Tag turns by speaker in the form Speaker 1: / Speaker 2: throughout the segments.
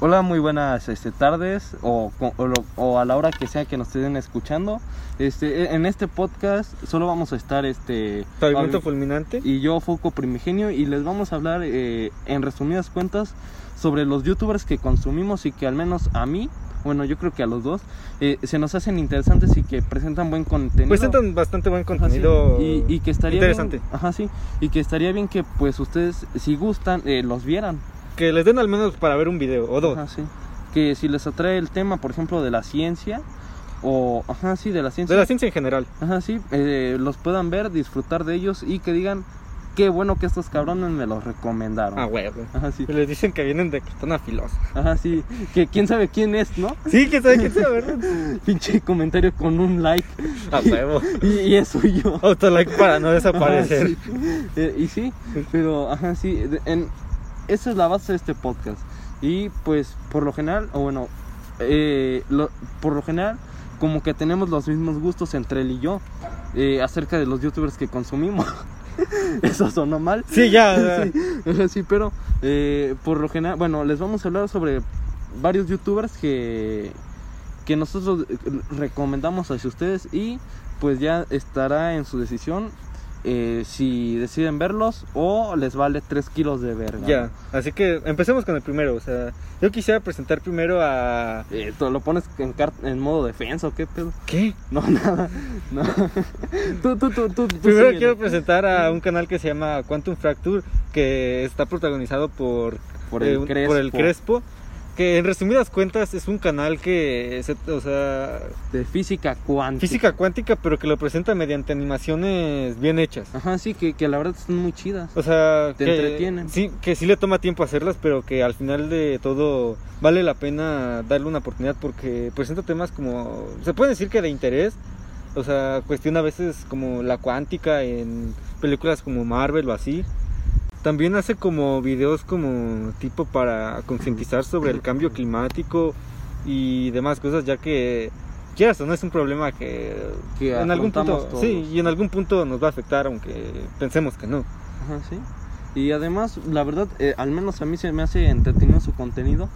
Speaker 1: Hola, muy buenas este, tardes o, o, lo- o a la hora que sea que nos estén escuchando. Este, en este podcast solo vamos a estar este Pablo
Speaker 2: Pavimento fulminante.
Speaker 1: y yo Foco Primigenio y les vamos a hablar eh, en resumidas cuentas sobre los youtubers que consumimos y que al menos a mí, bueno yo creo que a los dos, eh, se nos hhacen interesantes y que presentan buen contenido.
Speaker 2: Presentan pues bastante buen
Speaker 1: Ajá, sí.
Speaker 2: contenido.
Speaker 1: y, y que estaría
Speaker 2: interesante.
Speaker 1: Bien, ajá, sí. Y que estaría bien que pues ustedes si gustan eh, los vieran.
Speaker 2: Que les den al menos para ver un video o dos.
Speaker 1: Ajá, sí. Que si les atrae el tema, por ejemplo, de la ciencia o ajá, sí, de la ciencia.
Speaker 2: De la ciencia en general.
Speaker 1: Ajá, sí, eh, los puedan ver, disfrutar de ellos y que digan qué bueno que estos cabrones me los recomendaron.
Speaker 2: Ah, huevo.
Speaker 1: Ajá, sí.
Speaker 2: Y les dicen que vienen de Cartona Filosa.
Speaker 1: Ajá, sí. Que quién sabe quién es, ¿no?
Speaker 2: Sí, que sabe que sea, ¿verdad?
Speaker 1: Pinche comentario con un like
Speaker 2: A huevo.
Speaker 1: y, y eso y yo.
Speaker 2: Autolike para no desaparecer.
Speaker 1: Ajá, sí. Eh, y sí, pero ajá, sí. de- en- esa es la base de este podcast. Y pues, por lo general, o bueno, eh, lo- por lo general, como que tenemos los mismos gustos entre él y yo eh, acerca de los youtubers que consumimos. Eso sonó mal.
Speaker 2: Sí, ya.
Speaker 1: Ajá, sí, pero eh, por lo general, bueno, les vamos a hablar sobre varios youtubers que, que nosotros eh, recomendamos hacia ustedes y pues ya estará en su decisión eh, si deciden verlos o les vale 3 kilos de verga.
Speaker 2: Ya. Así que empecemos con el primero. O sea, yo quisiera presentar primero a.
Speaker 1: Eh, ¿tú ¿Lo pones en, car- en modo defensa o qué pedo?
Speaker 2: ¿Qué?
Speaker 1: No, nada. No. Tú, tú, tú, tú. tú
Speaker 2: Primero
Speaker 1: síguele.
Speaker 2: quiero presentar a un canal que se llama Quantum Fracture, que está protagonizado por
Speaker 1: por
Speaker 2: eh,
Speaker 1: el
Speaker 2: un-
Speaker 1: Crespo.
Speaker 2: por el Crespo, que en resumidas cuentas es un canal que, se- o sea,
Speaker 1: De física cuántica.
Speaker 2: física cuántica, pero que lo presenta mediante animaciones bien hechas.
Speaker 1: Ajá, sí, que, que la verdad están muy chidas.
Speaker 2: O sea,
Speaker 1: Te
Speaker 2: que,
Speaker 1: entretienen.
Speaker 2: Sí, que sí le toma tiempo hacerlas, pero que al final de todo vale la pena darle una oportunidad porque presenta temas como, se puede decir que de interés, o sea, cuestiona a veces como la cuántica en películas como Marvel o así. También hace como videos como tipo para concientizar sobre el cambio climático y demás cosas, ya que quieras o no es un problema que,
Speaker 1: Que
Speaker 2: en algún punto,
Speaker 1: afrontamos todos.
Speaker 2: sí, y en algún punto nos va a afectar aunque pensemos que no.
Speaker 1: Ajá, sí. Y además, la verdad, eh, al menos a mí se me hace entretenido su contenido.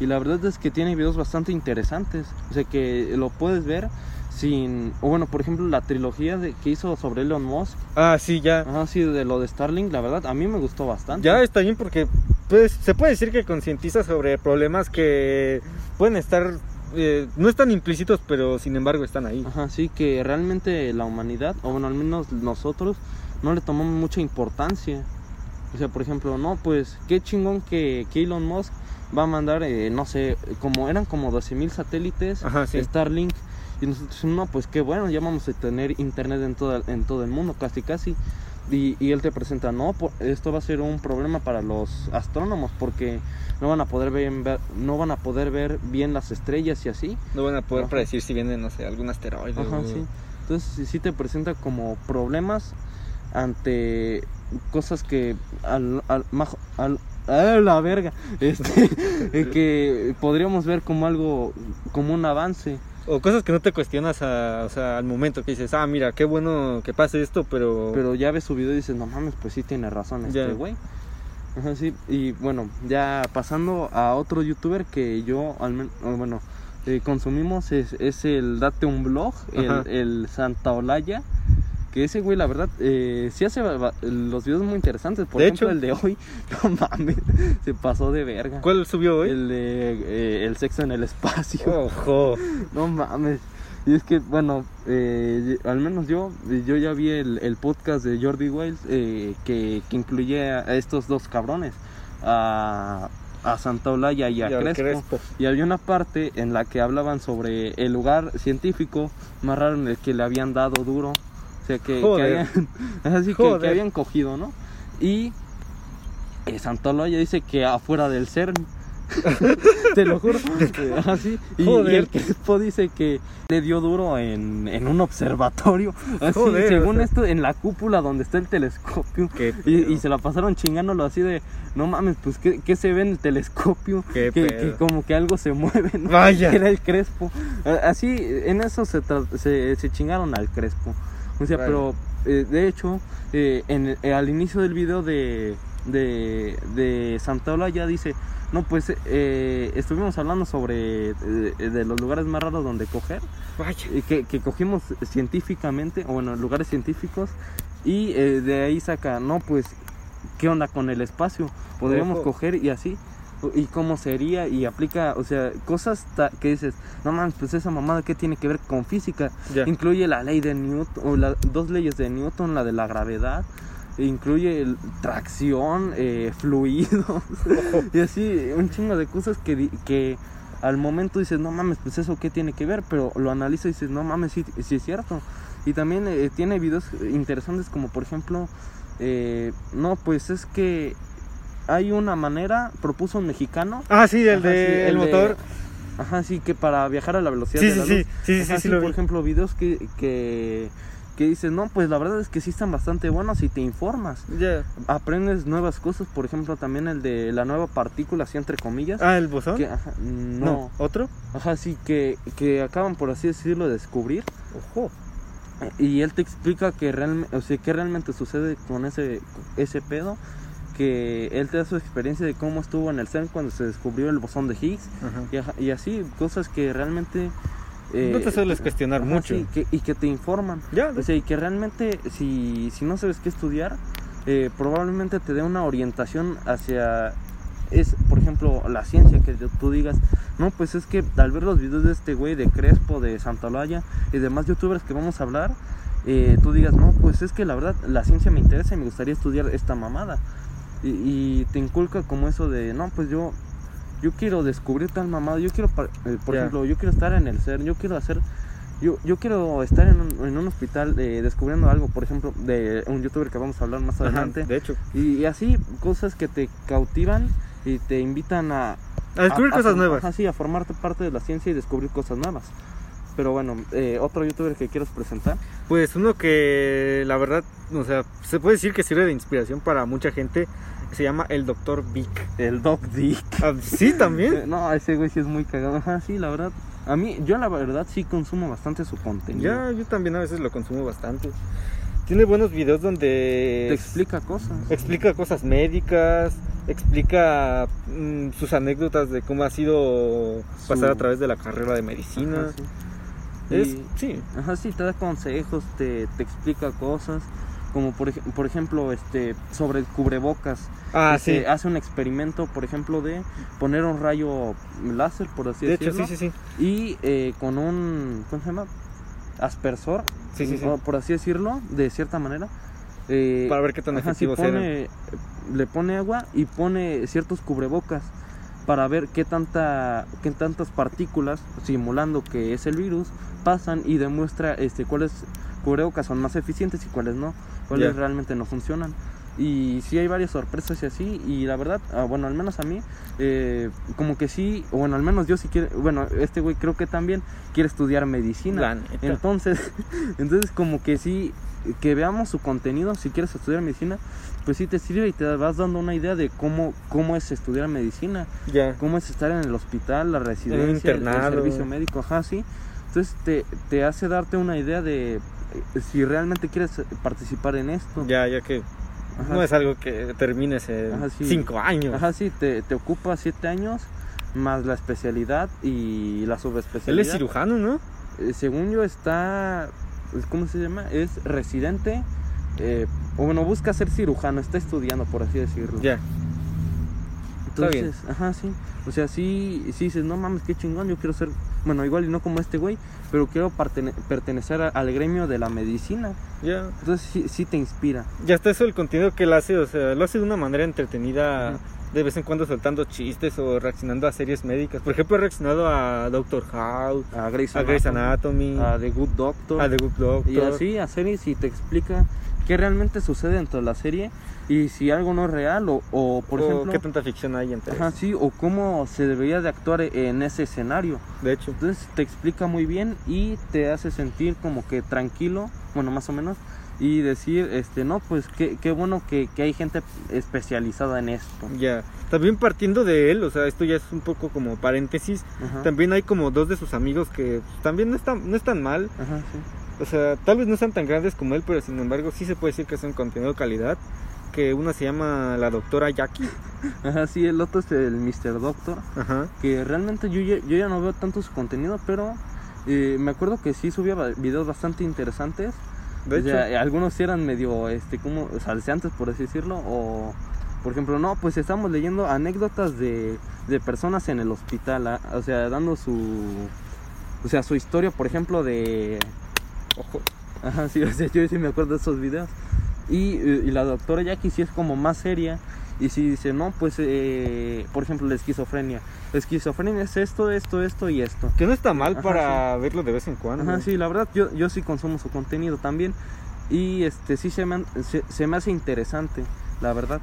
Speaker 1: Y la verdad es que tiene videos bastante interesantes. O sea, que lo puedes ver sin. O bueno, por ejemplo, la trilogía de, que hizo sobre Elon Musk.
Speaker 2: Ah, sí, ya.
Speaker 1: Ajá, sí, de lo de Starlink. La verdad, a mí me gustó bastante.
Speaker 2: Ya está bien porque pues, se puede decir que concientiza sobre problemas que pueden estar, eh, no están implícitos, pero sin embargo están ahí.
Speaker 1: Ajá, sí, que realmente la humanidad, o bueno, al menos nosotros, no le tomamos mucha importancia. O sea, por ejemplo, no, pues qué chingón que, que Elon Musk va a mandar, eh, no sé, como eran como 12.000 satélites
Speaker 2: Ajá, sí.
Speaker 1: Starlink. Y nosotros, no, pues qué bueno, ya vamos a tener internet en todo, en todo el mundo, casi casi. Y, y él te presenta, no, po- esto va a ser un problema para los astrónomos porque no van a poder bien ver, no van a poder ver bien las estrellas y así.
Speaker 2: No van a poder
Speaker 1: Ajá.
Speaker 2: predecir si viene, no sé, algún asteroide.
Speaker 1: Ajá,
Speaker 2: o-
Speaker 1: sí. Entonces sí- sí te presenta como problemas ante cosas que al, al, majo- al- ¡Ah, la verga este eh, que podríamos ver como algo como un avance
Speaker 2: O cosas que no te cuestionas a- o sea, al momento, que dices, ah, mira, qué bueno que pase esto, pero...
Speaker 1: pero ya ves su video y dices no mames pues sí tiene razón este
Speaker 2: Ya.
Speaker 1: güey Ajá, sí y bueno ya pasando a otro youtuber que yo al menos bueno eh, consumimos es, es el date un blog
Speaker 2: Ajá.
Speaker 1: el, el Santa Olaya que ese güey la verdad eh, sí hace ba- ba- los videos muy interesantes por
Speaker 2: De
Speaker 1: ejemplo
Speaker 2: hecho.
Speaker 1: el de hoy no mames se pasó de verga
Speaker 2: ¿Cuál subió hoy?
Speaker 1: el de eh, el sexo en el espacio
Speaker 2: Ojo.
Speaker 1: no mames. Y es que, bueno, eh, al menos yo, yo ya vi el, el podcast de Jordi Wiles eh, que, que incluye a estos dos cabrones, a, a Santa Olaya y a
Speaker 2: Ya,
Speaker 1: Crespo.
Speaker 2: Crespo.
Speaker 1: Y había una parte en la que hablaban sobre el lugar científico más raro en el que le habían dado duro. O sea, que, que
Speaker 2: Joder.
Speaker 1: habían, así que- que,
Speaker 2: Joder.
Speaker 1: habían cogido, ¿no? Y eh, Santa Olaya dice que afuera del CERN. Te lo juro. Eh, ajá, sí. Y, y
Speaker 2: Joder.
Speaker 1: el Crespo dice que le dio duro en, en un observatorio. Así,
Speaker 2: Joder, o
Speaker 1: según
Speaker 2: sea.
Speaker 1: esto, en la cúpula donde está el telescopio.
Speaker 2: Qué
Speaker 1: Y,
Speaker 2: pedo.
Speaker 1: y se la pasaron chingándolo así de, no mames, pues ¿qué, qué se ve en el telescopio?
Speaker 2: Qué
Speaker 1: que,
Speaker 2: pedo.
Speaker 1: que como que algo se mueve, ¿no?
Speaker 2: Vaya.
Speaker 1: Era el Crespo. A- Así, en eso se, tra- se, se chingaron al Crespo. O sea,
Speaker 2: Vale.
Speaker 1: pero eh, de hecho, eh, en, eh, al inicio del video de, de, de Santaola ya dice, no, pues eh, estuvimos hablando sobre eh, de los lugares más raros donde coger,
Speaker 2: Vaya.
Speaker 1: eh, que, que cogimos científicamente, o bueno, lugares científicos, y eh, de ahí saca, no, pues, ¿qué onda con el espacio? Podríamos
Speaker 2: Ojo.
Speaker 1: coger y así. o- ¿Y cómo sería? Y aplica, o sea, cosas ta- que dices, no mames, pues esa mamada, ¿qué tiene que ver con física?
Speaker 2: Ya.
Speaker 1: Incluye la ley de Newton, o las dos leyes de Newton, la de la gravedad, e incluye el- tracción, eh, fluidos, y así un chingo de cosas que, di- que al momento dices, no mames, pues eso qué tiene que ver, pero lo analiza y dices, no mames, sí, sí es cierto. Y también eh, tiene videos interesantes como por ejemplo, eh, no, pues es que hay una manera, propuso un mexicano,
Speaker 2: Ah, sí, el
Speaker 1: Ajá,
Speaker 2: de
Speaker 1: sí,
Speaker 2: el,
Speaker 1: el de-
Speaker 2: motor.
Speaker 1: ajá, sí, que para viajar a la velocidad
Speaker 2: Sí,
Speaker 1: de
Speaker 2: sí,
Speaker 1: la
Speaker 2: sí,
Speaker 1: luz,
Speaker 2: sí, sí,
Speaker 1: Ajá,
Speaker 2: sí, sí,
Speaker 1: sí,
Speaker 2: lo
Speaker 1: por
Speaker 2: vi.
Speaker 1: ejemplo, videos que, que, que dicen, no, pues la verdad es que sí están bastante buenos y te informas.
Speaker 2: Ya.
Speaker 1: Aprendes nuevas cosas, por ejemplo, también el de la nueva partícula, así entre comillas.
Speaker 2: Ah, el bosón.
Speaker 1: que, ajá, no.
Speaker 2: No. ¿Otro?
Speaker 1: Ajá, sí, que, que acaban, por así decirlo, de descubrir.
Speaker 2: Ojo.
Speaker 1: Y él te explica que, realme- o sea, qué realmente sucede con ese, ese pedo. Que él te da su experiencia de cómo estuvo en el CERN cuando se descubrió el bosón de Higgs.
Speaker 2: Ajá.
Speaker 1: Y, ajá- y así, cosas que realmente... eh,
Speaker 2: no te sueles cuestionar
Speaker 1: ajá,
Speaker 2: mucho.
Speaker 1: sí, Pues que- y que te informan.
Speaker 2: Ya,
Speaker 1: O sea, y que realmente si, si no sabes qué estudiar, eh, probablemente te dé una orientación hacia, es por ejemplo, la ciencia, que tú digas, no, pues es que al ver los videos de este güey, de Crespo, de Santalaya y demás youtubers que vamos a hablar, eh, tú digas, no, pues es que la verdad la ciencia me interesa y me gustaría estudiar esta mamada. Y, y te inculca como eso de, no, pues yo... Yo quiero descubrir tal mamada, yo quiero, par- eh, por
Speaker 2: Ya.
Speaker 1: ejemplo, yo quiero estar en el ser, yo quiero hacer yo, yo quiero estar en un, en un hospital eh, descubriendo algo, por ejemplo, de un youtuber que vamos a hablar más
Speaker 2: Ajá,
Speaker 1: adelante.
Speaker 2: de hecho.
Speaker 1: Y, y así, cosas que te cautivan y te invitan a...
Speaker 2: A descubrir
Speaker 1: a- a
Speaker 2: cosas
Speaker 1: form-
Speaker 2: nuevas.
Speaker 1: Ah, ajá, sí, a formarte parte de la ciencia y descubrir cosas nuevas. Pero bueno, eh, otro youtuber que quieras presentar.
Speaker 2: Pues uno que la verdad, o sea, se puede decir que sirve de inspiración para mucha gente. Se llama el Doctor Vic.
Speaker 1: El Doc Dick.
Speaker 2: Ah, sí,
Speaker 1: Eh,
Speaker 2: también.
Speaker 1: no, ese güey sí es muy cagado. Ajá, sí, la verdad. A mí, yo la verdad sí consumo bastante su contenido.
Speaker 2: Ya, yo también a veces lo consumo bastante. Tiene buenos videos donde
Speaker 1: Te explica cosas.
Speaker 2: explica cosas médicas, explica mm, sus anécdotas de cómo ha sido pasar
Speaker 1: Su-
Speaker 2: a través de la carrera de medicina.
Speaker 1: Ajá, sí.
Speaker 2: Es,
Speaker 1: Y-
Speaker 2: sí,
Speaker 1: Ajá, sí, te da consejos, te, te explica cosas. Como por, ej- por ejemplo, este, sobre el cubrebocas.
Speaker 2: Ah,
Speaker 1: Este,
Speaker 2: sí.
Speaker 1: Hace un experimento, por ejemplo, de poner un rayo láser, por así
Speaker 2: de hecho,
Speaker 1: decirlo.
Speaker 2: sí, sí, sí.
Speaker 1: Y eh, con un. ¿Cómo se llama? Aspersor,
Speaker 2: Sí, sí, sí.
Speaker 1: o por así decirlo, de cierta manera. eh,
Speaker 2: Para ver qué tan
Speaker 1: ajá, sí,
Speaker 2: efectivos eran.
Speaker 1: pone- le pone agua y pone ciertos cubrebocas para ver qué tanta qué tantas partículas simulando que es el virus pasan y demuestra este cuáles cubrebocas son más eficientes y cuáles no, cuáles
Speaker 2: Ya.
Speaker 1: realmente no funcionan. Y sí hay varias sorpresas y así, y la verdad, ah, bueno, al menos a mí, eh, como que sí, o bueno, al menos yo sí quiero, bueno, este güey creo que también quiere estudiar medicina.
Speaker 2: La neta.
Speaker 1: Entonces, entonces como que sí, que veamos su contenido, si quieres estudiar medicina, pues sí te sirve y te vas dando una idea de cómo, cómo es estudiar medicina,
Speaker 2: Ya.
Speaker 1: cómo es estar en el hospital, la residencia, el-
Speaker 2: internado.
Speaker 1: el servicio médico, ajá, sí. Entonces te, te hace darte una idea de eh, si realmente quieres participar en esto.
Speaker 2: Ya, ya que
Speaker 1: Ajá.
Speaker 2: no es algo que termines en
Speaker 1: Ajá, sí.
Speaker 2: cinco años.
Speaker 1: Ajá, sí, te, te ocupa siete años más la especialidad y la
Speaker 2: Él
Speaker 1: subespecialidad.
Speaker 2: es cirujano, ¿no?
Speaker 1: Eh, según yo está, pues, ¿cómo se llama? Es residente, eh, o bueno, busca ser cirujano, está estudiando, por así decirlo.
Speaker 2: Ya. está bien.
Speaker 1: Entonces, ajá, sí. O sea, sí, sí dices, no mames, qué chingón, yo quiero ser, bueno, igual y no como este güey, pero quiero partene- pertenecer a- al gremio de la medicina.
Speaker 2: Ya.
Speaker 1: Entonces sí, sí te inspira.
Speaker 2: Ya está eso el contenido que él hace, o sea, lo hace de una manera entretenida,
Speaker 1: Ajá.
Speaker 2: de vez en cuando soltando chistes o reaccionando a series médicas. Por ejemplo, ha reaccionado a Doctor House,
Speaker 1: A Grey's
Speaker 2: a Grey's Anatomy,
Speaker 1: a The Good Doctor.
Speaker 2: a The Good Doctor.
Speaker 1: Y así a series y te explica qué realmente sucede dentro de la serie y si algo no es real o, o, por
Speaker 2: O
Speaker 1: ejemplo...
Speaker 2: qué tanta ficción hay entre
Speaker 1: Ajá,
Speaker 2: eso.
Speaker 1: sí, o cómo se debería de actuar en ese escenario.
Speaker 2: De hecho,
Speaker 1: Entonces te explica muy bien y te hace sentir como que tranquilo, bueno, más o menos, y decir, este, no, pues qué, qué bueno que, que hay gente especializada en esto.
Speaker 2: ya. También partiendo de él, o sea, esto ya es un poco como paréntesis,
Speaker 1: Ajá,
Speaker 2: también hay como dos de sus amigos que pues, también no están, no están mal,
Speaker 1: ajá, sí.
Speaker 2: o sea, tal vez no sean tan grandes como él, pero sin embargo sí se puede decir que son contenido de calidad. que una se llama la doctora Jackie.
Speaker 1: Ajá, sí, el otro es el Mr. Doctor.
Speaker 2: Ajá.
Speaker 1: Que realmente yo ya, yo ya no veo tanto su contenido, pero eh, me acuerdo que sí subía ba- videos bastante interesantes.
Speaker 2: De
Speaker 1: O
Speaker 2: hecho,
Speaker 1: sea, algunos sí eran medio, este, como salseantes, por así decirlo, o... Por ejemplo, no, pues estamos leyendo anécdotas de, de personas en el hospital, ah, o sea, dando su... O sea, su historia, por ejemplo, de...
Speaker 2: ojo.
Speaker 1: Ajá, sí, o sea, yo sí me acuerdo de esos videos. Y, eh, y la doctora Jackie sí es como más seria. Y si dice, no, pues, eh, por ejemplo, la esquizofrenia. La esquizofrenia es esto, esto, esto y esto.
Speaker 2: Que no está mal
Speaker 1: Ajá,
Speaker 2: para verlo de vez en cuando.
Speaker 1: Ajá, sí, la verdad, yo, yo sí consumo su contenido también. Y este sí se me, han- se, se me hace interesante, la verdad.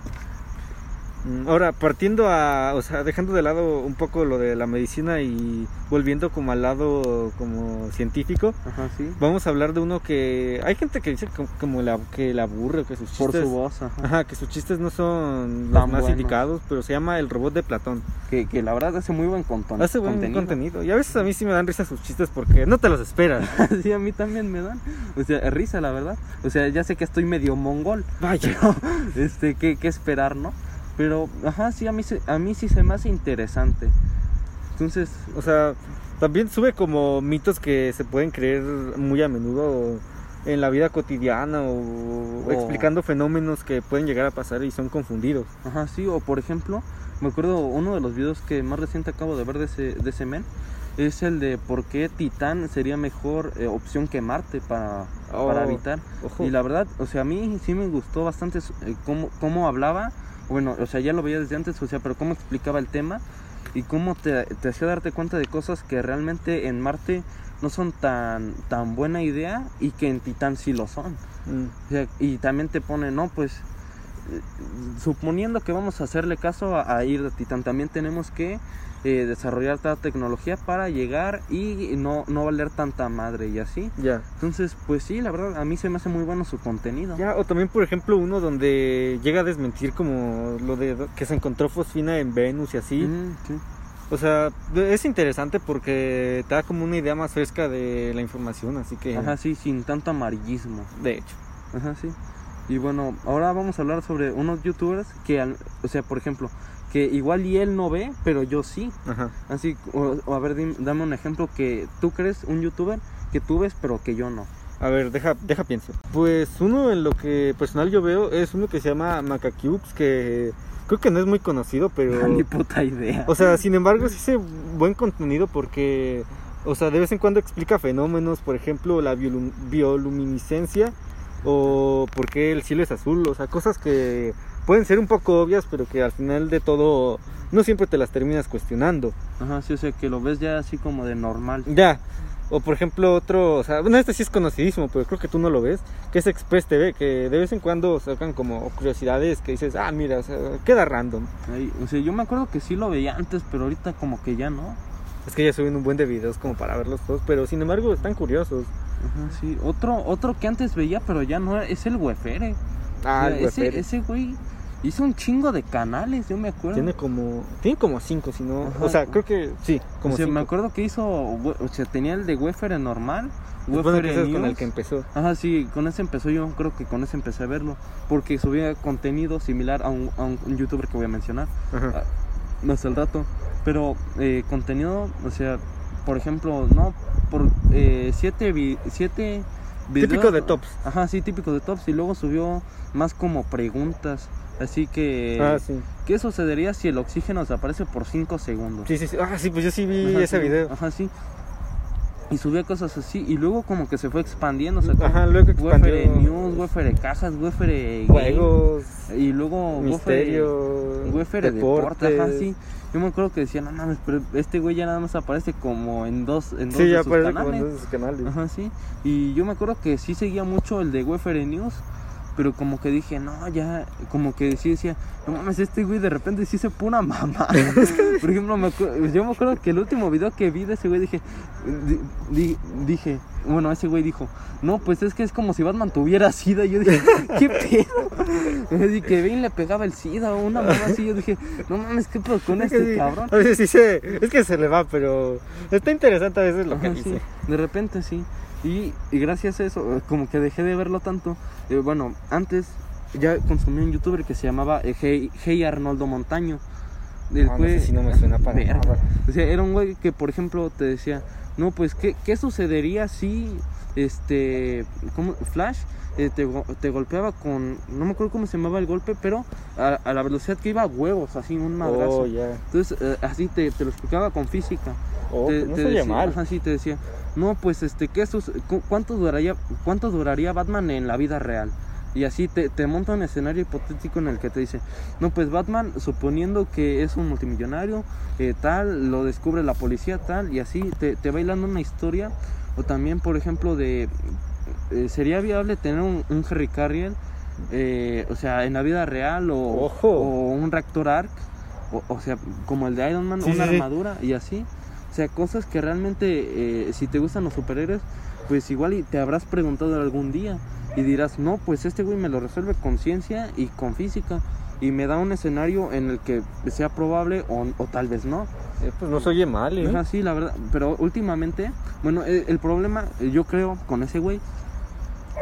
Speaker 2: Mm, Ahora, partiendo a, o sea, dejando de lado un poco lo de la medicina y volviendo como al lado como científico,
Speaker 1: Ajá, sí.
Speaker 2: vamos a hablar de uno que hay gente que dice como, como la, que la aburre, que sus
Speaker 1: Por
Speaker 2: chistes,
Speaker 1: su voz, ajá.
Speaker 2: ajá, que sus chistes no son los
Speaker 1: Tan
Speaker 2: más
Speaker 1: buenos.
Speaker 2: indicados, pero se llama El robot de Platón.
Speaker 1: Que, que la verdad hace muy buen contenido.
Speaker 2: Hace buen contenido. y a veces a mí sí me dan risa sus chistes porque no te los esperas.
Speaker 1: sí, a mí también me dan. O sea, risa, la verdad. O sea, ya sé que estoy medio mongol.
Speaker 2: Vaya.
Speaker 1: Este, qué, qué esperar, ¿no? Pero, ajá, sí, a mí, se- a mí sí se me hace interesante. Entonces,
Speaker 2: O sea, también sube como mitos que se pueden creer muy a menudo en la vida cotidiana o,
Speaker 1: O-
Speaker 2: explicando fenómenos que pueden llegar a pasar y son confundidos.
Speaker 1: Ajá, sí, o por ejemplo, me acuerdo uno de los videos que más reciente acabo de ver de ese, de ese men es el de por qué Titán sería mejor eh, opción que Marte para, para
Speaker 2: Oh,
Speaker 1: habitar.
Speaker 2: Ojo.
Speaker 1: Y la verdad, o sea, a mí sí me gustó bastante su- eh, cómo, cómo hablaba, bueno, o sea, ya lo veía desde antes, o sea, pero cómo explicaba el tema y cómo te, te hacía darte cuenta de cosas que realmente en Marte no son tan, tan buena idea y que en Titán sí lo son.
Speaker 2: Mm.
Speaker 1: O sea, y también te pone, no, pues, eh, suponiendo que vamos a hacerle caso a, a ir de Titán, también tenemos que eh, desarrollar toda tecnología para llegar y no, no valer tanta madre y así.
Speaker 2: Ya.
Speaker 1: Entonces, pues sí, la verdad, a mí se me hace muy bueno su contenido.
Speaker 2: Ya, o también, por ejemplo, uno donde llega a desmentir como lo de que se encontró fosfina en Venus y así.
Speaker 1: Mm, sí.
Speaker 2: O sea, es interesante porque te da como una idea más fresca de la información, así que...
Speaker 1: Ajá, sí, sin tanto amarillismo.
Speaker 2: De hecho.
Speaker 1: Ajá, sí. Y bueno, ahora vamos a hablar sobre unos youtubers que, al- o sea, por ejemplo, que igual y él no ve, pero yo sí.
Speaker 2: Ajá.
Speaker 1: Así, o, o a ver, dim- dame un ejemplo que tú crees un youtuber que tú ves, pero que yo no.
Speaker 2: A ver, deja, deja pienso. Pues uno en lo que personal yo veo es uno que se llama Macacubes, que creo que no es muy conocido, pero...
Speaker 1: Ni puta idea.
Speaker 2: O sea, sin embargo, sí hace buen contenido porque, o sea, de vez en cuando explica fenómenos, por ejemplo, la biolum- bioluminiscencia o por qué el cielo es azul, o sea, cosas que pueden ser un poco obvias, pero que al final de todo no siempre te las terminas cuestionando.
Speaker 1: Ajá, sí, o sea, que lo ves ya así como de normal.
Speaker 2: Ya. O por ejemplo otro, o sea, bueno, este sí es conocidísimo, pero creo que tú no lo ves, que es Express TV, que de vez en cuando sacan como curiosidades que dices, ah, mira, o sea, queda random.
Speaker 1: Ay, o sea, yo me acuerdo que sí lo veía antes, pero ahorita como que ya no.
Speaker 2: Es que ya suben un buen de videos como para verlos todos, pero sin embargo están curiosos.
Speaker 1: Ajá, sí. Otro, otro que antes veía, pero ya no, es el Wefere.
Speaker 2: Ah,
Speaker 1: O sea,
Speaker 2: el
Speaker 1: ese,
Speaker 2: Wefere.
Speaker 1: ese güey hizo un chingo de canales, yo me acuerdo.
Speaker 2: Tiene como, tiene como cinco, si no,
Speaker 1: Ajá.
Speaker 2: o sea, creo que sí, como
Speaker 1: o sea, me
Speaker 2: cinco.
Speaker 1: acuerdo que hizo, we- o sea, tenía el de Wefere normal,
Speaker 2: Se supone que
Speaker 1: Wefere
Speaker 2: ese es con
Speaker 1: News.
Speaker 2: el que empezó.
Speaker 1: Ajá, sí, con ese empezó yo, creo que con ese empecé a verlo, porque subía contenido similar a un, a un- un youtuber que voy a mencionar
Speaker 2: Ajá.
Speaker 1: más al rato, pero eh, contenido, o sea, por ejemplo, no, por eh, siete, vi- siete videos.
Speaker 2: Típico de tops.
Speaker 1: Ajá, sí, típico de tops, y luego subió más como preguntas, así que,
Speaker 2: Ah, sí.
Speaker 1: ¿qué sucedería si el oxígeno desaparece por 5 segundos?
Speaker 2: Sí, sí, sí. Ah, sí, pues yo sí vi
Speaker 1: Ajá,
Speaker 2: ese
Speaker 1: sí,
Speaker 2: video.
Speaker 1: Ajá, sí. Y subía cosas así, y luego como que se fue expandiendo, o sea, como-
Speaker 2: Ajá, luego expandió
Speaker 1: Wefere News, Wefere Cajas, Wefere Game,
Speaker 2: juegos,
Speaker 1: Y luego
Speaker 2: misterio,
Speaker 1: Wefere, Wefere Deporte. Ajá, sí. Yo me acuerdo que decía, no mames, pero este güey ya nada más aparece como en dos, en dos
Speaker 2: Sí,
Speaker 1: de
Speaker 2: ya
Speaker 1: sus
Speaker 2: aparece como
Speaker 1: canales.
Speaker 2: en esos canales.
Speaker 1: Ajá, sí. Y yo me acuerdo que sí seguía mucho el de Wefere News. Pero como que dije, no, ya, como que sí decía, no mames, este güey de repente sí se pone a mamar. Por ejemplo, me acu- yo me acuerdo que el último video que vi de ese güey dije, di- di- dije, bueno, ese güey dijo, no, pues es que es como si Batman tuviera sida. Y yo dije, ¿qué pedo? Y que Bane le pegaba el sida o una mamá así. Yo dije, no mames, ¿qué pedo con
Speaker 2: Es que
Speaker 1: este
Speaker 2: sí,
Speaker 1: cabrón?
Speaker 2: A veces sí se, es que se le va, pero está interesante a veces lo que
Speaker 1: Ajá,
Speaker 2: dice. Ah,
Speaker 1: sí, De repente sí. Y, y gracias a eso, eh, como que dejé de verlo tanto. Eh, bueno, antes ya consumí un youtuber que se llamaba eh, Hey, Hey Arnoldo Montaño. Del
Speaker 2: Ah, no
Speaker 1: cual-
Speaker 2: sé si no me suena para
Speaker 1: Verga.
Speaker 2: nada.
Speaker 1: O sea, era un güey que, por ejemplo, te decía, no, pues, ¿qué, qué sucedería si, este, ¿cómo? Flash eh, te, go- te golpeaba con, no me acuerdo cómo se llamaba el golpe, pero a, a la velocidad que iba, huevos, así, un madrazo.
Speaker 2: Oh, ya.
Speaker 1: Entonces, eh, así te, te lo explicaba con física.
Speaker 2: Oh,
Speaker 1: te,
Speaker 2: pues no
Speaker 1: te
Speaker 2: estaría
Speaker 1: decía-
Speaker 2: mal.
Speaker 1: ajá, sí, te decía, no, pues, este, ¿qué sus- cu- cuánto, duraría, ¿cuánto duraría Batman en la vida real? Y así te, te monta un escenario hipotético en el que te dice, no, pues Batman, suponiendo que es un multimillonario, eh, tal, lo descubre la policía, tal, y así te, te va hilando una historia. O también, por ejemplo, de, eh, ¿sería viable tener un, un Henry Carrier, eh, o sea, en la vida real, o,
Speaker 2: Ojo.
Speaker 1: o un reactor arc, o, o sea, como el de Iron Man,
Speaker 2: Sí,
Speaker 1: una
Speaker 2: sí, sí.
Speaker 1: armadura, y así? O sea, cosas que realmente, eh, si te gustan los superhéroes, pues igual y te habrás preguntado algún día y dirás, no, pues este güey me lo resuelve con ciencia y con física y me da un escenario en el que sea probable o, o tal vez no.
Speaker 2: Eh, pues no se oye mal, ¿eh?
Speaker 1: Es así, la verdad. Pero últimamente, bueno, eh, el problema, eh, yo creo, con ese güey,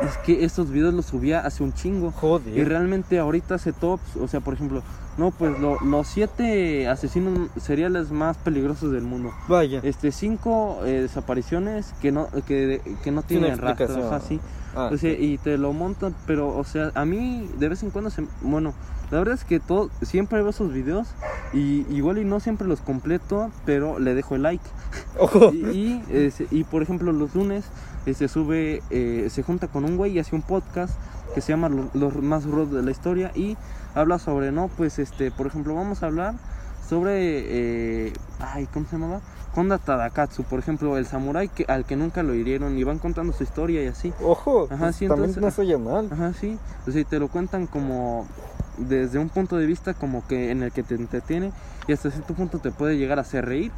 Speaker 1: es que estos videos los subía hace un chingo. Y
Speaker 2: Joder.
Speaker 1: realmente ahorita hace tops, o sea, por ejemplo, no, pues lo- los siete asesinos seriales más peligrosos del mundo
Speaker 2: Vaya.
Speaker 1: este cinco eh, desapariciones que no que, que no
Speaker 2: Tiene
Speaker 1: tienen rastro
Speaker 2: explicación.
Speaker 1: ajá, sí.
Speaker 2: Ah,
Speaker 1: O sea, y te lo montan pero o sea a mí de vez en cuando se bueno la verdad es que todo siempre veo esos videos y igual y no siempre los completo pero le dejo el like
Speaker 2: Ojo.
Speaker 1: y, y, este, y, por ejemplo los lunes eh, se sube eh, se junta con un güey y hace un podcast que se llama Lo- los más rudos de la historia y habla sobre no pues este por ejemplo vamos a hablar sobre eh, ay cómo se llamaba Honda Tadakatsu por ejemplo el samurái que al que nunca lo hirieron y van contando su historia y así
Speaker 2: Ojo.
Speaker 1: Ajá,
Speaker 2: pues
Speaker 1: sí,
Speaker 2: también
Speaker 1: entonces-
Speaker 2: no se oye mal.
Speaker 1: Ajá, sí. O sea, y te lo cuentan como desde un punto de vista como que en el que te entretiene y hasta cierto punto te puede llegar a hacer reír.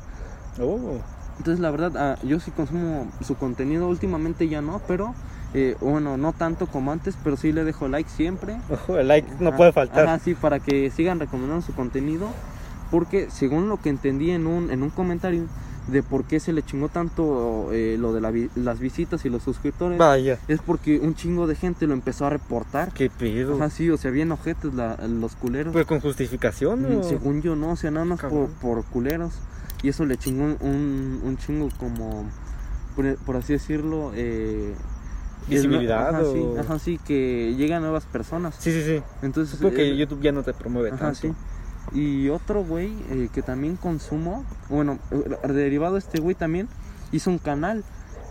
Speaker 2: Oh.
Speaker 1: Entonces, la verdad, ah, yo sí consumo su contenido. Últimamente ya no, pero eh, bueno, no tanto como antes, pero sí le dejo like siempre.
Speaker 2: Ojo, el like no
Speaker 1: Ajá,
Speaker 2: puede faltar.
Speaker 1: Ajá, sí, para que sigan recomendando su contenido. Porque según lo que entendí en un, en un comentario de por qué se le chingó tanto eh, lo de la vi- las visitas y los suscriptores,
Speaker 2: Vaya.
Speaker 1: es porque un chingo de gente lo empezó a reportar.
Speaker 2: Qué pedo.
Speaker 1: Ajá, sí, o sea, bien ojetes la- los culeros.
Speaker 2: Pues con justificación,
Speaker 1: Mm,
Speaker 2: ¿no?
Speaker 1: Según yo, no, o sea, nada más por,
Speaker 2: Cabrón.
Speaker 1: por culeros. Y eso le chingó un, un, un chingo como, por, por así decirlo, eh, el-
Speaker 2: Visibilidad
Speaker 1: Ajá, sí,
Speaker 2: o-
Speaker 1: ajá, sí, que llegan nuevas personas.
Speaker 2: Sí, sí, sí.
Speaker 1: Entonces,
Speaker 2: Supongo que
Speaker 1: eh,
Speaker 2: YouTube ya no te promueve
Speaker 1: ajá,
Speaker 2: tanto.
Speaker 1: sí. Y otro güey eh, que también consumo, bueno, eh, derivado de este güey también, hizo un canal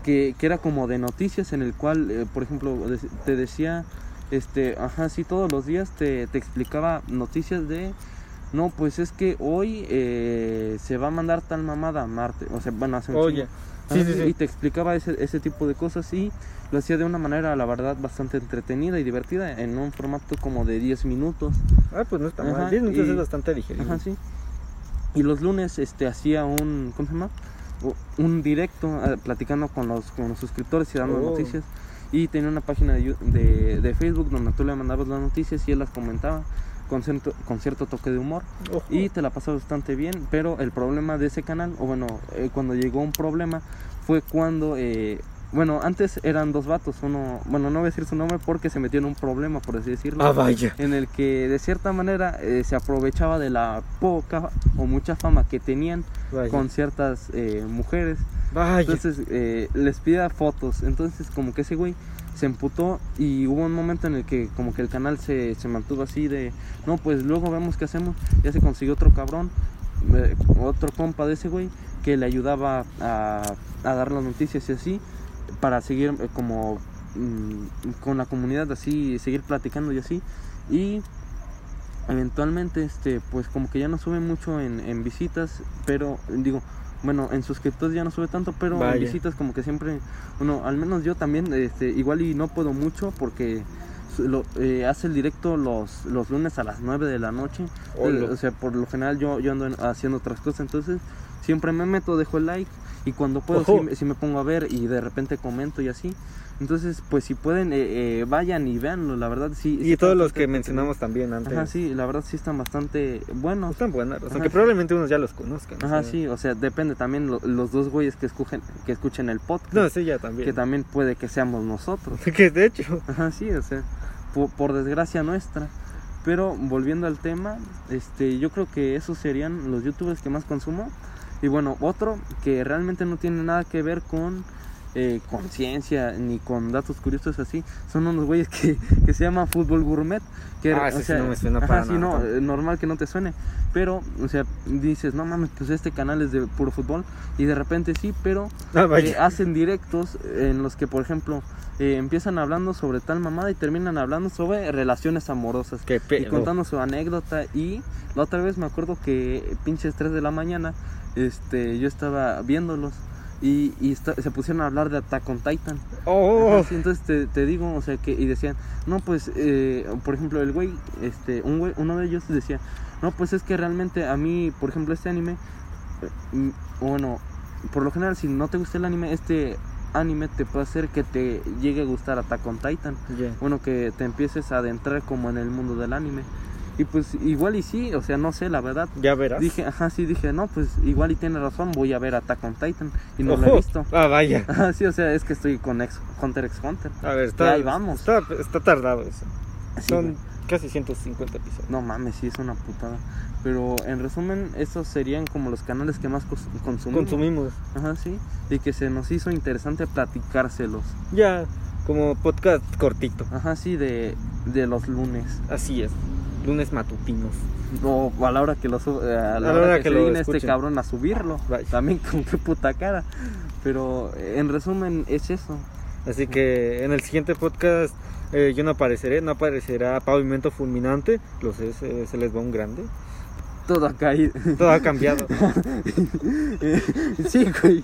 Speaker 1: que, que era como de noticias en el cual, eh, por ejemplo, de- te decía, este, ajá, sí, todos los días te, te explicaba noticias de, no, pues es que hoy eh, se va a mandar tal mamada a Marte, o sea, bueno, hace un chingo.
Speaker 2: Oye. Sí,
Speaker 1: Ah,
Speaker 2: sí,
Speaker 1: sí,
Speaker 2: sí.
Speaker 1: Y te explicaba ese, ese tipo de cosas y lo hacía de una manera, la verdad, bastante entretenida y divertida en un formato como de 10 minutos.
Speaker 2: Ah, pues no está
Speaker 1: Ajá,
Speaker 2: mal. 10 minutos
Speaker 1: y-
Speaker 2: es bastante ligero.
Speaker 1: Ajá, sí. Y los lunes este, hacía un, ¿cómo se llama? O- Un directo eh, platicando con los, con los suscriptores y dando
Speaker 2: Oh.
Speaker 1: noticias. Y tenía una página de, Yu- de, de Facebook donde tú le mandabas las noticias y él las comentaba con cierto, con cierto toque de humor.
Speaker 2: Ojo.
Speaker 1: Y te la pasó bastante bien, pero el problema de ese canal, o bueno, eh, cuando llegó un problema, fue cuando, eh, bueno, antes eran dos vatos, uno, bueno, no voy a decir su nombre porque se metió en un problema, por así decirlo.
Speaker 2: Ah, vaya.
Speaker 1: En el que de cierta manera eh, se aprovechaba de la poca o mucha fama que tenían
Speaker 2: Vaya.
Speaker 1: con ciertas eh, mujeres.
Speaker 2: Vaya.
Speaker 1: Entonces eh, les pida fotos. Entonces como que ese güey se emputó y hubo un momento en el que como que el canal se, se mantuvo así de, no, pues luego vemos qué hacemos. Ya se consiguió otro cabrón, eh, otro compa de ese güey que le ayudaba a, a dar las noticias y así para seguir eh, como mm, con la comunidad así, seguir platicando y así. Y eventualmente este pues como que ya no sube mucho en, en visitas pero digo bueno en suscriptores ya no sube tanto pero
Speaker 2: Vaya.
Speaker 1: en visitas como que siempre bueno al menos yo también este igual y no puedo mucho porque su- lo, eh, hace el directo los, los lunes a las 9 de la noche
Speaker 2: Olo.
Speaker 1: eh, o sea por lo general yo, yo ando en- haciendo otras cosas entonces siempre me meto dejo el like y cuando puedo
Speaker 2: Ojo.
Speaker 1: sí me- sí me pongo a ver y de repente comento y así entonces pues si pueden eh, eh, vayan y véanlo la verdad sí sí
Speaker 2: Y
Speaker 1: está
Speaker 2: todos los
Speaker 1: bastante
Speaker 2: que
Speaker 1: entretenido.
Speaker 2: mencionamos también antes.
Speaker 1: Ajá, sí, la verdad sí están bastante buenos.
Speaker 2: Están buenas,
Speaker 1: Ajá,
Speaker 2: aunque
Speaker 1: sí.
Speaker 2: probablemente unos ya los conozcan.
Speaker 1: Ajá,
Speaker 2: o sea.
Speaker 1: sí, o sea, depende también lo- los dos güeyes que escuchen, que escuchen el podcast,
Speaker 2: No, sí, ya
Speaker 1: que
Speaker 2: también.
Speaker 1: también puede que seamos nosotros.
Speaker 2: Que de hecho.
Speaker 1: Ajá, sí, o sea, por, por desgracia nuestra. Pero volviendo al tema, este, yo creo que esos serían los youtubers que más consumo. Y bueno, otro que realmente no tiene nada que ver con eh, conciencia ni con datos curiosos así, son unos güeyes que, que se llama Fútbol Gourmet. Que,
Speaker 2: Ah, ese sí no me suena para
Speaker 1: sí,
Speaker 2: nada,
Speaker 1: no,
Speaker 2: tampoco.
Speaker 1: eh, normal que no te suene. Pero, o sea, dices, no mames, pues este canal es de puro fútbol. Y de repente sí, pero
Speaker 2: Ah, vaya.
Speaker 1: eh, hacen directos en los que, por ejemplo, eh, empiezan hablando sobre tal mamada y terminan hablando sobre relaciones amorosas
Speaker 2: Qué
Speaker 1: y
Speaker 2: pedo.
Speaker 1: contando su anécdota y la otra vez me acuerdo que pinches 3 de la mañana este yo estaba viéndolos y, y esta- se pusieron a hablar de Attack on Titan
Speaker 2: Oh,
Speaker 1: Ajá, sí, entonces te, te digo, o sea, que y decían, no, pues, eh, por ejemplo, el güey, este, un güey, uno de ellos decía, no, pues es que realmente a mí, por ejemplo, este anime, eh, mm, bueno, por lo general, si no te gusta el anime, este anime te puede hacer que te llegue a gustar Attack on Titan,
Speaker 2: ya.
Speaker 1: bueno, que te empieces a adentrar como en el mundo del anime. Y pues igual y sí, o sea, no sé, la verdad.
Speaker 2: Ya verás.
Speaker 1: Dije, ajá, sí, dije, no, pues igual y tiene razón, voy a ver Attack on Titan. Y no lo he
Speaker 2: Ojo.
Speaker 1: visto.
Speaker 2: Ah, vaya.
Speaker 1: Ajá, sí, o sea, es que estoy con ex, Hunter x Hunter.
Speaker 2: A ver,
Speaker 1: Y
Speaker 2: está,
Speaker 1: ahí vamos.
Speaker 2: está, está tardado eso.
Speaker 1: Sí,
Speaker 2: Son
Speaker 1: güey.
Speaker 2: casi 150 episodios.
Speaker 1: No mames, sí, es una putada. Pero en resumen, esos serían como los canales que más cons- consumimos.
Speaker 2: Consumimos.
Speaker 1: Ajá, sí. Y que se nos hizo interesante platicárselos.
Speaker 2: Ya, como podcast cortito.
Speaker 1: Ajá, sí, de, de los lunes.
Speaker 2: Así es. Lunes matutinos.
Speaker 1: O a la hora que lo sub- eh, a la hora, que, se
Speaker 2: lo
Speaker 1: digne este
Speaker 2: escuchen.
Speaker 1: cabrón a subirlo.
Speaker 2: Vaya.
Speaker 1: También con qué puta cara. Pero eh, en resumen, es eso.
Speaker 2: Así que en el siguiente podcast eh, yo no apareceré, no aparecerá Pavimento Fulminante, lo sé, se, se les va un grande.
Speaker 1: Todo ha caído.
Speaker 2: Todo ha cambiado.
Speaker 1: sí, güey.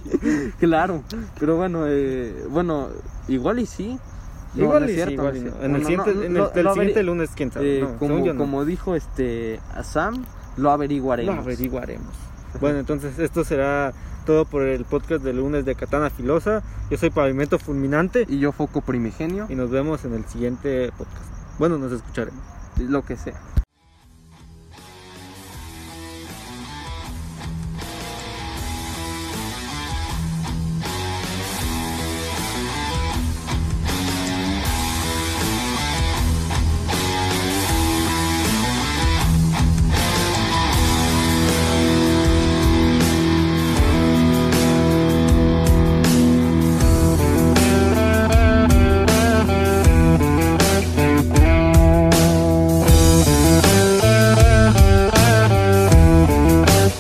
Speaker 1: Claro. Pero bueno, eh, bueno, igual y sí. No,
Speaker 2: igual
Speaker 1: no es
Speaker 2: y sí,
Speaker 1: cierto, no
Speaker 2: igual y
Speaker 1: es
Speaker 2: no.
Speaker 1: cierto.
Speaker 2: En el
Speaker 1: No,
Speaker 2: siguiente,
Speaker 1: no,
Speaker 2: en el-
Speaker 1: lo-
Speaker 2: el
Speaker 1: lo
Speaker 2: siguiente
Speaker 1: averi-
Speaker 2: lunes, quién sabe.
Speaker 1: eh,
Speaker 2: no, según
Speaker 1: como,
Speaker 2: yo no.
Speaker 1: como dijo este a Sam, lo
Speaker 2: Lo
Speaker 1: averiguaremos.
Speaker 2: averiguaremos. Bueno, entonces esto será todo por el podcast del lunes de Katana Filosa. Yo soy Pavimento Fulminante
Speaker 1: Y yo foco primigenio,
Speaker 2: y nos vemos en el siguiente podcast. Bueno, nos escucharemos.
Speaker 1: lo que sea.